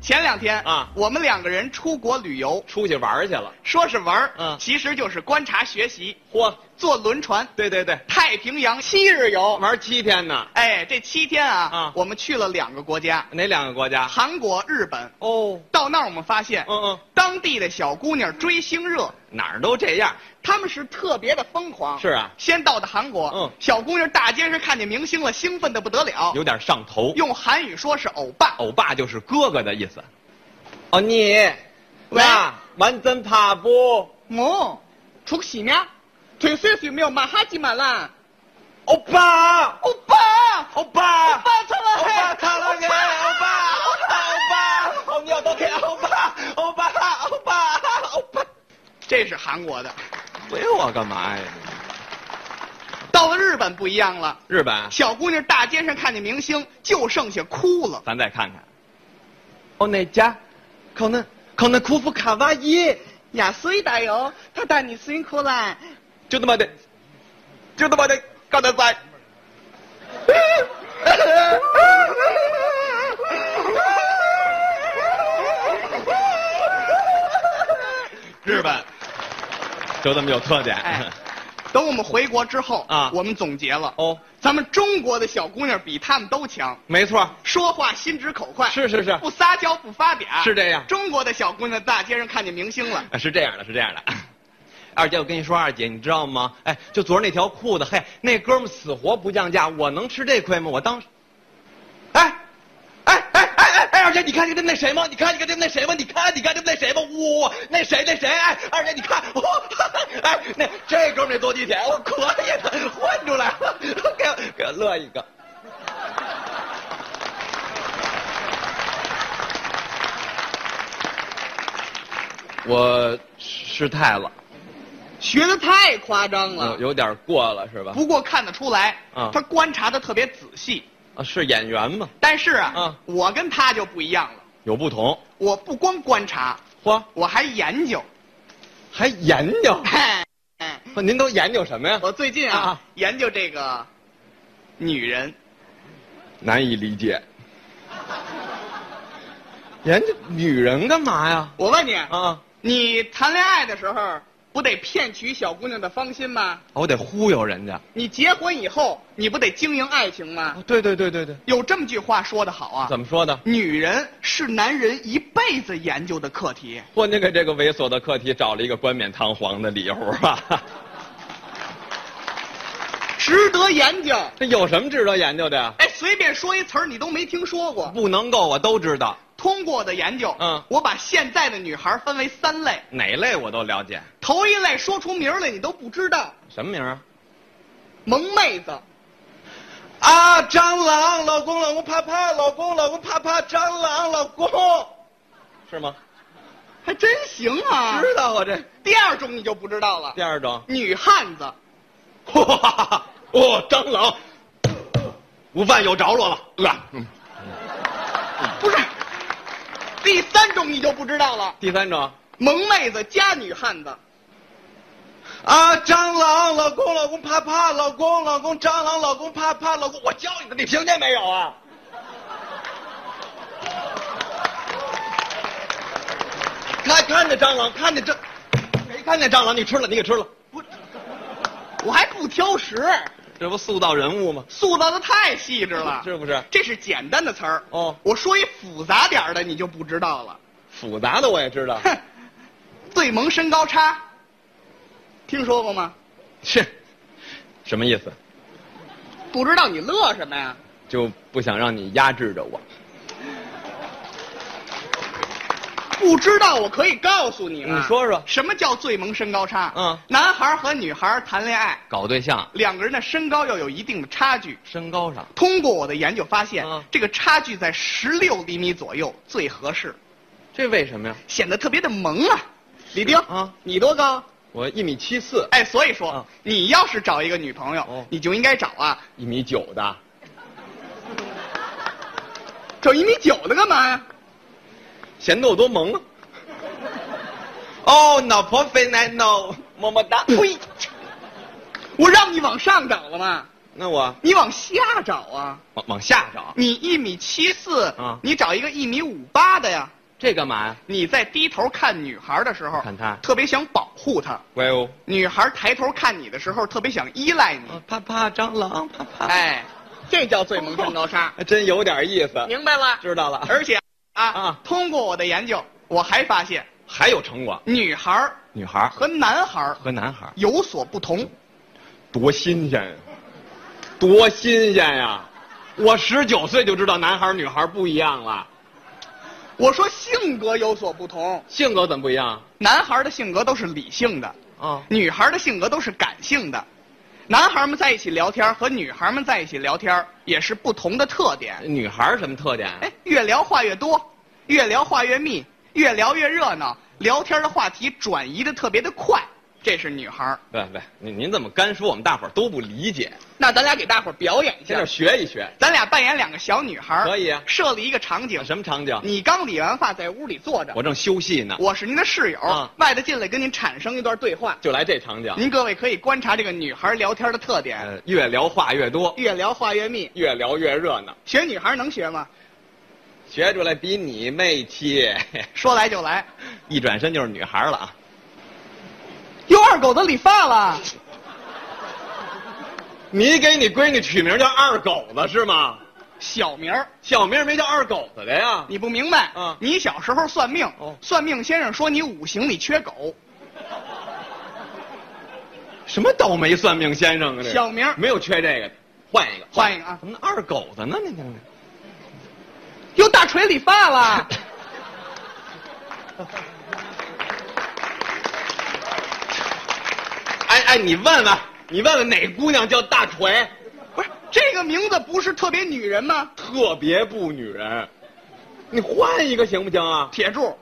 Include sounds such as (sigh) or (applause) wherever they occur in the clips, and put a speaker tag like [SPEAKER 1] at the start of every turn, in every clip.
[SPEAKER 1] 前两天
[SPEAKER 2] (laughs) 啊
[SPEAKER 1] 我们两个人出国旅游，
[SPEAKER 2] 出去玩儿去了。
[SPEAKER 1] 说是玩儿，
[SPEAKER 2] 嗯
[SPEAKER 1] 其实就是观察学习，
[SPEAKER 2] 嚯，
[SPEAKER 1] 坐轮船
[SPEAKER 2] 对对对，
[SPEAKER 1] 太平洋七日游。
[SPEAKER 2] 玩七天呢，
[SPEAKER 1] 哎，这七天啊，
[SPEAKER 2] 啊
[SPEAKER 1] 我们去了两个国家，
[SPEAKER 2] 哪两个国家？
[SPEAKER 1] 韩国、日本。
[SPEAKER 2] 哦，
[SPEAKER 1] 到那儿我们发现，
[SPEAKER 2] 嗯嗯，
[SPEAKER 1] 当地的小姑娘追星热，
[SPEAKER 2] 哪儿都这样。
[SPEAKER 1] 他们是特别的疯狂。
[SPEAKER 2] 是啊，
[SPEAKER 1] 先到的韩国，
[SPEAKER 2] 嗯
[SPEAKER 1] 小姑娘大街上看见明星了，兴奋的不得了。
[SPEAKER 2] 有点哦上头。
[SPEAKER 1] 用韩语说是欧巴，
[SPEAKER 2] 欧巴就是哥哥的意思。哦，你，那完真怕不？
[SPEAKER 1] 我哦出喜面，腿碎碎没有马哈基马啦，
[SPEAKER 2] 欧巴，
[SPEAKER 1] 欧巴，
[SPEAKER 2] 欧巴，
[SPEAKER 1] 出
[SPEAKER 2] 欧巴，他了个欧巴，欧巴，欧巴，哦，你要多给欧巴，欧巴，欧巴，欧巴。
[SPEAKER 1] 这是韩国的。
[SPEAKER 2] 追我干嘛呀？
[SPEAKER 1] 到了日本不一样了，
[SPEAKER 2] 日本，啊
[SPEAKER 1] 小姑娘大街上看见明星，就剩下哭了。
[SPEAKER 2] 咱再看看。哦，哪家？可能可能库夫卡哇伊，
[SPEAKER 1] 呀，水大哟，他带你辛苦啦。
[SPEAKER 2] 就他妈的，就他妈的，刚才在。日本就这么有特点。 (laughs)
[SPEAKER 1] 哎等我们回国之后
[SPEAKER 2] 啊
[SPEAKER 1] 我们总结了，
[SPEAKER 2] 哦，
[SPEAKER 1] 咱们中国的小姑娘比他们都强，
[SPEAKER 2] 没错，
[SPEAKER 1] 说话心直口快，
[SPEAKER 2] 是是是，
[SPEAKER 1] 不撒娇不发嗲，
[SPEAKER 2] 是这样
[SPEAKER 1] 中国的小姑娘大街上看见明星了，
[SPEAKER 2] 啊是这样的，是这样的。二姐，我跟你说，二姐，你知道吗？哎，就昨儿那条裤子，嘿，那哥们死活不降价，我能吃这亏吗？我当时，哎，哎哎哎哎哎，二姐，你看你跟那谁吗？你看你跟那谁吗？你看你看那谁吗？呜、那谁那谁？哎，二姐，你看，我、哎，那这哥们儿坐地铁，我可以的，混出来了，给我给我乐一个。我失态了，
[SPEAKER 1] 学的太夸张了
[SPEAKER 2] 有。有点过了是吧？
[SPEAKER 1] 不过看得出来，
[SPEAKER 2] 啊
[SPEAKER 1] 他观察的特别仔细。
[SPEAKER 2] 啊，是演员嘛，
[SPEAKER 1] 但是啊，
[SPEAKER 2] 啊
[SPEAKER 1] 我跟他就不一样了，
[SPEAKER 2] 有不同。
[SPEAKER 1] 我不光观察，
[SPEAKER 2] 嚯，
[SPEAKER 1] 我还研究。
[SPEAKER 2] 还研究？
[SPEAKER 1] 哎哎
[SPEAKER 2] 不 (laughs) 您都研究什么呀？
[SPEAKER 1] 我最近啊
[SPEAKER 2] 啊
[SPEAKER 1] 研究这个女人，
[SPEAKER 2] 难以理解。 (laughs) 研究女人干嘛呀？
[SPEAKER 1] 我问你，
[SPEAKER 2] 啊，
[SPEAKER 1] 你谈恋爱的时候不得骗取小姑娘的芳心吗？
[SPEAKER 2] 我得忽悠人家。
[SPEAKER 1] 你结婚以后你不得经营爱情吗？
[SPEAKER 2] 对对对对对，
[SPEAKER 1] 有这么句话说得好啊，
[SPEAKER 2] 啊怎么说的？
[SPEAKER 1] 女人是男人一辈子研究的课题。
[SPEAKER 2] 嚯，您给这个猥琐的课题找了一个冠冕堂皇的理由啊！ (laughs)
[SPEAKER 1] 值得研究。
[SPEAKER 2] 这有什么值得研究的呀？
[SPEAKER 1] 哎，随便说一词儿你都没听说过。
[SPEAKER 2] 不能够，我都知道，
[SPEAKER 1] 通过我的研究，
[SPEAKER 2] 嗯
[SPEAKER 1] 我把现在的女孩分为三类。
[SPEAKER 2] 哪类我都了解。
[SPEAKER 1] 头一类说出名儿来你都不知道，
[SPEAKER 2] 什么名啊？
[SPEAKER 1] 萌妹子，
[SPEAKER 2] 啊，蟑螂，老公，老公，啪啪，老公，老公，啪啪，蟑螂，老公，是吗？
[SPEAKER 1] 还真行啊。
[SPEAKER 2] 知道啊，这
[SPEAKER 1] 第二种你就不知道了，
[SPEAKER 2] 第二种，
[SPEAKER 1] 女汉子，
[SPEAKER 2] (laughs) 哇，哦，蟑螂，午饭有着落了，饿、嗯。
[SPEAKER 1] 不是。第三种你就不知道了，
[SPEAKER 2] 第三种，
[SPEAKER 1] 萌妹子加女汉子，
[SPEAKER 2] 啊，蟑螂，老公，老公，啪啪，老公，老公，蟑螂，老公，啪啪，老公，我教你的，你听见没有啊？看，看见蟑螂，看见这，没看见蟑螂？你吃了，你给吃了，
[SPEAKER 1] 我还不挑食，
[SPEAKER 2] 这不塑造人物吗？
[SPEAKER 1] 塑造的太细致了。
[SPEAKER 2] 是不是？
[SPEAKER 1] 这是简单的词儿
[SPEAKER 2] 哦
[SPEAKER 1] 我说一复杂点儿的你就不知道了。
[SPEAKER 2] 复杂的我也知道，
[SPEAKER 1] 哼，最萌身高差，听说过吗？
[SPEAKER 2] 是，什么意思？
[SPEAKER 1] 不知道你乐什么呀？
[SPEAKER 2] 就不想让你压制着我。
[SPEAKER 1] 不知道我可以告诉你了。
[SPEAKER 2] 你说说
[SPEAKER 1] 什么叫最萌身高差？
[SPEAKER 2] 嗯
[SPEAKER 1] 男孩和女孩谈恋爱，
[SPEAKER 2] 搞对象，
[SPEAKER 1] 两个人的身高要有一定的差距。
[SPEAKER 2] 身高上
[SPEAKER 1] 通过我的研究发现，
[SPEAKER 2] 嗯
[SPEAKER 1] 这个差距在十六厘米左右最合适，
[SPEAKER 2] 这为什么呀？
[SPEAKER 1] 显得特别的萌啊。李丁，
[SPEAKER 2] 啊
[SPEAKER 1] 你多高？
[SPEAKER 2] 我一米七四，
[SPEAKER 1] 哎，所以说、
[SPEAKER 2] 嗯
[SPEAKER 1] 你要是找一个女朋友，
[SPEAKER 2] 哦
[SPEAKER 1] 你就应该找啊，
[SPEAKER 2] 一米九的，
[SPEAKER 1] 找一米九的干嘛呀？
[SPEAKER 2] 显得我多萌啊！哦，脑哦婆肥奶脑，么么哒！呸！
[SPEAKER 1] 我让你往上找了嘛，
[SPEAKER 2] 那我
[SPEAKER 1] 你往下找啊！
[SPEAKER 2] 往往下找，
[SPEAKER 1] 你一米七四
[SPEAKER 2] 啊
[SPEAKER 1] 你找一个一米五八的呀。
[SPEAKER 2] 这干嘛呀？
[SPEAKER 1] 你在低头看女孩的时候，
[SPEAKER 2] 看她
[SPEAKER 1] 特别想保护她；
[SPEAKER 2] 乖哦，
[SPEAKER 1] 女孩抬头看你的时候，特别想依赖你。
[SPEAKER 2] 啪啪蟑螂，啪啪，
[SPEAKER 1] 哎，这叫最萌身高
[SPEAKER 2] (laughs)
[SPEAKER 1] 差，
[SPEAKER 2] 还真有点意思。
[SPEAKER 1] 明白了？
[SPEAKER 2] 知道了，
[SPEAKER 1] 而且啊
[SPEAKER 2] 啊
[SPEAKER 1] 通过我的研究，我还发现
[SPEAKER 2] 还有成果，
[SPEAKER 1] 女孩儿
[SPEAKER 2] 女孩儿
[SPEAKER 1] 和男孩儿
[SPEAKER 2] 和男孩儿
[SPEAKER 1] 有所不同。
[SPEAKER 2] 多新鲜呀，多新鲜呀！我十九岁就知道男孩儿女孩儿不一样了，
[SPEAKER 1] 我说性格有所不同，
[SPEAKER 2] 性格怎么不一样啊？
[SPEAKER 1] 男孩儿的性格都是理性的，
[SPEAKER 2] 啊
[SPEAKER 1] 女孩儿的性格都是感性的。男孩儿们在一起聊天儿和女孩儿们在一起聊天儿也是不同的特点。
[SPEAKER 2] 女孩儿什么特点？啊
[SPEAKER 1] 哎，越聊话越多，越聊话越密，越聊越热闹，聊天的话题转移的特别的快，这是女孩儿。
[SPEAKER 2] 对对，您您怎么干说我们大伙儿都不理解？
[SPEAKER 1] 那咱俩给大伙儿表演一
[SPEAKER 2] 现
[SPEAKER 1] 下
[SPEAKER 2] 在，学一学，
[SPEAKER 1] 咱俩扮演两个小女孩儿，
[SPEAKER 2] 可以啊
[SPEAKER 1] 设立一个场景，
[SPEAKER 2] 什么场景？
[SPEAKER 1] 你刚理完发，在屋里坐着，
[SPEAKER 2] 我正休息呢，
[SPEAKER 1] 我是您的室友，
[SPEAKER 2] 啊
[SPEAKER 1] 外头进来跟您产生一段对话，
[SPEAKER 2] 就来这场景。
[SPEAKER 1] 您各位可以观察这个女孩儿聊天的特点，
[SPEAKER 2] 呃，越聊话越多，
[SPEAKER 1] 越聊话越密，
[SPEAKER 2] 越聊越热闹，
[SPEAKER 1] 学女孩儿能学吗？
[SPEAKER 2] 学出来比你媚气。 (laughs)
[SPEAKER 1] 说来就来，
[SPEAKER 2] 一转身就是女孩儿了啊！
[SPEAKER 1] 哟，二狗子理发了，
[SPEAKER 2] 你给你闺女取名叫二狗子是吗？
[SPEAKER 1] 小名儿。
[SPEAKER 2] 小名没叫二狗子的呀？
[SPEAKER 1] 你不明白
[SPEAKER 2] 啊
[SPEAKER 1] 你小时候算命，
[SPEAKER 2] 哦
[SPEAKER 1] 算命先生说你五行里缺狗，
[SPEAKER 2] 什么倒霉算命先生啊？这个
[SPEAKER 1] 小名儿
[SPEAKER 2] 没有缺这个的，换一个，
[SPEAKER 1] 换一个啊
[SPEAKER 2] 怎么二狗子呢？你这
[SPEAKER 1] 又大锤理发了。
[SPEAKER 2] 哎哎，你问问，你问问哪姑娘叫大锤？
[SPEAKER 1] 不是这个名字不是特别女人吗？
[SPEAKER 2] 特别不女人，你换一个行不行啊？
[SPEAKER 1] 铁柱、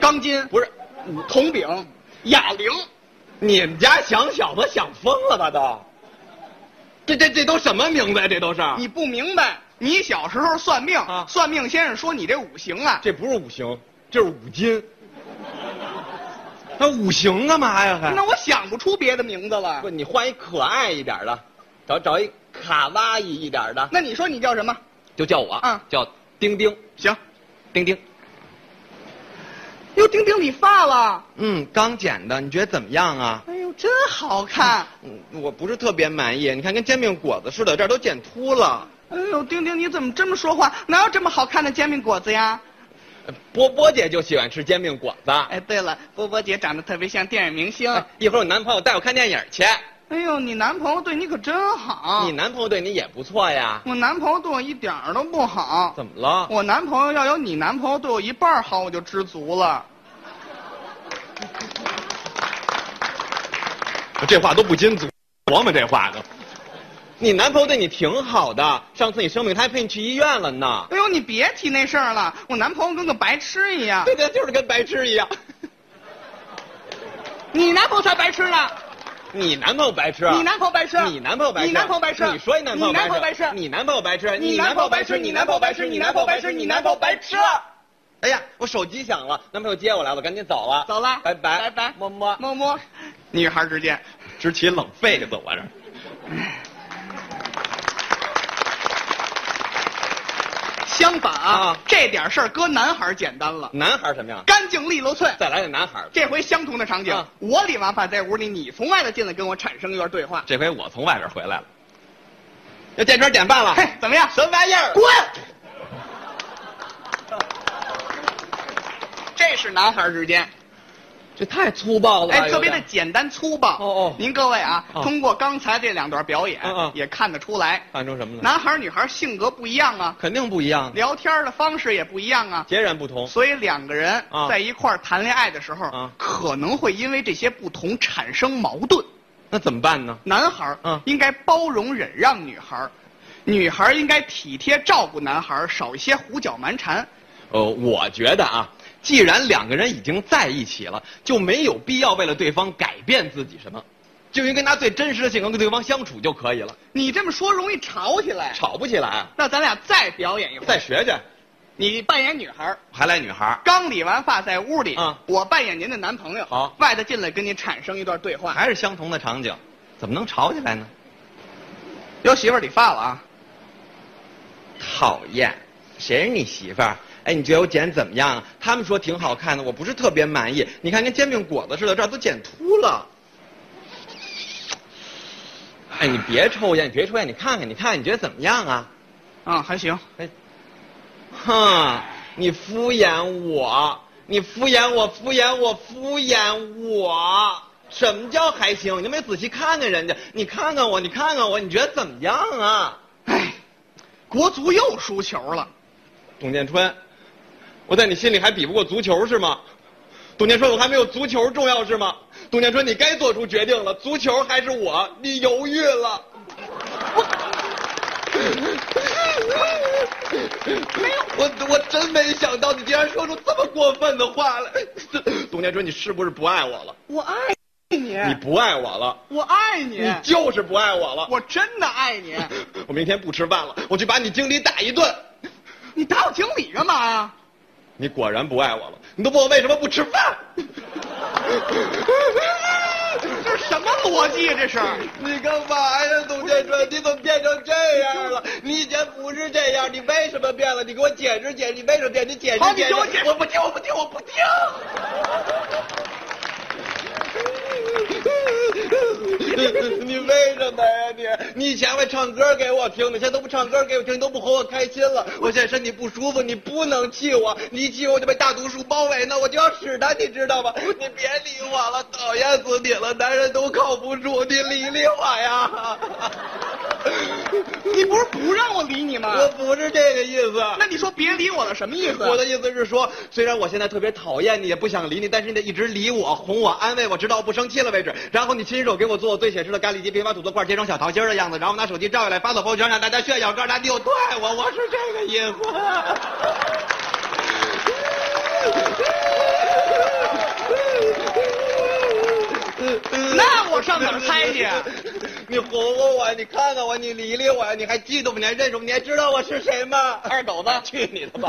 [SPEAKER 1] 钢筋、
[SPEAKER 2] 不是，
[SPEAKER 1] 铜饼、哑铃，
[SPEAKER 2] 你们家想小子想疯了吧都？这这这都什么名字呀？这都是
[SPEAKER 1] 你不明白。你小时候算命，
[SPEAKER 2] 啊
[SPEAKER 1] 算命先生说你这五行啊，
[SPEAKER 2] 这不是五行，这是五金。那五行干嘛呀？还
[SPEAKER 1] 那我想不出别的名字了
[SPEAKER 2] 不，。你换一可爱一点的，找找一卡哇伊一点的，
[SPEAKER 1] 那你说你叫什么？
[SPEAKER 2] 就叫我，
[SPEAKER 1] 嗯
[SPEAKER 2] 叫丁丁，
[SPEAKER 1] 行，
[SPEAKER 2] 丁丁。
[SPEAKER 1] 又丁丁理发了，
[SPEAKER 2] 嗯，刚剪的，你觉得怎么样啊？
[SPEAKER 1] 哎呦，真好看。
[SPEAKER 2] 嗯，我不是特别满意，你看跟煎饼果子似的，这儿都剪秃了。
[SPEAKER 1] 哎呦，丁丁，你怎么这么说话？哪有这么好看的煎饼果子呀？
[SPEAKER 2] 呃波波姐就喜欢吃煎饼果子。
[SPEAKER 1] 哎，对了，波波姐长得特别像电影明星。
[SPEAKER 2] 哎一会儿我男朋友带我看电影去。
[SPEAKER 1] 哎呦，你男朋友对你可真好。
[SPEAKER 2] 你男朋友对你也不错呀？
[SPEAKER 1] 我男朋友对我一点儿都不好。
[SPEAKER 2] 怎么了？
[SPEAKER 1] 我男朋友要有你男朋友对我一半儿好，我就知足了。
[SPEAKER 2] 这话都不禁足，琢磨这话都。你男朋友对你挺好的，上次你生病他还陪你去医院了呢。
[SPEAKER 1] 哎呦，你别提那事儿了，我男朋友跟个白痴一
[SPEAKER 2] (laughs)
[SPEAKER 1] 样。
[SPEAKER 2] 对对，就是跟白痴一样。
[SPEAKER 1] 你男朋友才白痴呢，
[SPEAKER 2] 你男朋友白痴？
[SPEAKER 1] 你男朋友白痴，
[SPEAKER 2] 啊你男朋友白痴？
[SPEAKER 1] 你男朋友白痴，
[SPEAKER 2] 你说你男朋友
[SPEAKER 1] 你男朋友白痴，
[SPEAKER 2] 你男朋友白痴？
[SPEAKER 1] 你男朋友白痴，你男朋友白痴，你男朋友白痴，你男朋友白痴。
[SPEAKER 2] 哎呀，我手机响了，男朋友接我来了，我赶紧走了。
[SPEAKER 1] 走了，
[SPEAKER 2] 拜拜
[SPEAKER 1] 拜拜，
[SPEAKER 2] 么么
[SPEAKER 1] 么么。女孩之间，
[SPEAKER 2] 直起冷痱子，我这。
[SPEAKER 1] 相反啊
[SPEAKER 2] 啊，
[SPEAKER 1] 这点事儿搁男孩儿简单了，
[SPEAKER 2] 男孩儿什么样？
[SPEAKER 1] 干净利落脆。
[SPEAKER 2] 再来个男孩儿，
[SPEAKER 1] 这回相同的场景，
[SPEAKER 2] 啊
[SPEAKER 1] 我理完发在屋里，你从外头进来跟我产生一段对话。
[SPEAKER 2] 这回我从外边回来了，要见砖点半了。
[SPEAKER 1] 嘿，怎么样？
[SPEAKER 2] 什么玩意儿？
[SPEAKER 1] 滚！这是男孩之间，
[SPEAKER 2] 这太粗暴了吧，
[SPEAKER 1] 哎，特别的
[SPEAKER 2] 有点
[SPEAKER 1] 简单粗暴。
[SPEAKER 2] 哦哦
[SPEAKER 1] 您各位啊，
[SPEAKER 2] 哦
[SPEAKER 1] 通过刚才这两段表演
[SPEAKER 2] 嗯嗯，
[SPEAKER 1] 也看得出来，
[SPEAKER 2] 看出什么了？
[SPEAKER 1] 男孩女孩性格不一样啊，
[SPEAKER 2] 肯定不一样，
[SPEAKER 1] 聊天的方式也不一样啊。
[SPEAKER 2] 截然不同。
[SPEAKER 1] 所以两个人
[SPEAKER 2] 啊
[SPEAKER 1] 在一块儿谈恋爱的时候，
[SPEAKER 2] 啊
[SPEAKER 1] 可能会因为这些不同产生矛盾。
[SPEAKER 2] 那怎么办呢？
[SPEAKER 1] 男孩儿
[SPEAKER 2] 嗯
[SPEAKER 1] 应该包容忍让女孩儿，女孩儿应该体贴照顾男孩儿，少一些胡搅蛮缠。
[SPEAKER 2] 呃，我觉得啊，既然两个人已经在一起了，就没有必要为了对方改变自己什么，就应该拿最真实的性格跟对方相处就可以了，
[SPEAKER 1] 你这么说容易吵起来。
[SPEAKER 2] 吵不起来。
[SPEAKER 1] 那咱俩再表演一回，
[SPEAKER 2] 再学学，
[SPEAKER 1] 你扮演女孩儿，
[SPEAKER 2] 还来女孩儿，
[SPEAKER 1] 刚理完发在屋里，
[SPEAKER 2] 啊
[SPEAKER 1] 我扮演您的男朋友，
[SPEAKER 2] 好
[SPEAKER 1] 外头进来跟您产生一段对话。
[SPEAKER 2] 还是相同的场景，怎么能吵起来呢？
[SPEAKER 1] 有媳妇儿理发了啊？
[SPEAKER 2] 讨厌，谁是你媳妇儿？哎，你觉得我剪怎么样啊？他们说挺好看的，我不是特别满意。你看跟煎饼果子似的，这儿都剪秃了。哎，你别抽烟，你别抽烟，你看看，你看看，你觉得怎么样啊？
[SPEAKER 1] 嗯，还行。
[SPEAKER 2] 哎，哼，你敷衍我，你敷衍我，敷衍我，敷衍我。什么叫还行？你都没仔细看看人家，你看看我，你看看我，你觉得怎么样啊？
[SPEAKER 1] 哎，国足又输球了。
[SPEAKER 2] 董建春，我在你心里还比不过足球是吗？董建春，我还没有足球重要是吗？董建春，你该做出决定了，足球还是我？你犹豫了。我我真没想到你竟然说出这么过分的话来，董建春，你是不是不爱我了？
[SPEAKER 1] 我爱你，
[SPEAKER 2] 你不爱我了，
[SPEAKER 1] 我爱你，
[SPEAKER 2] 你就是不爱我了。
[SPEAKER 1] 我真的爱
[SPEAKER 2] (laughs)
[SPEAKER 1] 你。
[SPEAKER 2] 我明天不吃饭了，我去把你经理打一顿。
[SPEAKER 1] 你打我经理干嘛呀？
[SPEAKER 2] 你果然不爱我了，你都问我为什么不吃饭？
[SPEAKER 1] 这是什么逻辑啊？这是？
[SPEAKER 2] 你干嘛呀，董建春？你怎么变成这样了？你以前不是这样，你为什么变了？你给我解释解释，你为什么变？你解释
[SPEAKER 1] 好，你
[SPEAKER 2] 解
[SPEAKER 1] 听我
[SPEAKER 2] 释。
[SPEAKER 1] 解释，我不听，我不听，我不听。
[SPEAKER 2] 你为什么呀你？你以前会唱歌给我听，你现在都不唱歌给我听，你都不哄我开心了。我现在身体不舒服，你不能气我，你一气我就被大毒树包围呢，我就要使它，你知道吗？ (laughs) 你别理我了，讨厌死你了，男人都靠不住，你理理我呀！ (laughs)
[SPEAKER 1] 你不是不让我理你吗？
[SPEAKER 2] 我不是这个意思。
[SPEAKER 1] 那你说别理我了，什么意思？啊
[SPEAKER 2] 我的意思是说，虽然我现在特别讨厌你，也不想理你，但是你得一直理我、哄我、安慰我，直到我不生气了为止。然后你亲手给我做我最喜吃的咖喱鸡、平把土豆块切成小桃心儿的样子，然后拿手机照下来发到朋友圈，让大家炫耀，告诉大家你有多爱我。我是这个意思。
[SPEAKER 1] 那我上哪儿猜去？啊
[SPEAKER 2] 你哄哄我，你看看我，你理理我，你还记得我，你还认识我，你还知道我是谁吗？
[SPEAKER 1] 二狗子，
[SPEAKER 2] 去你的吧！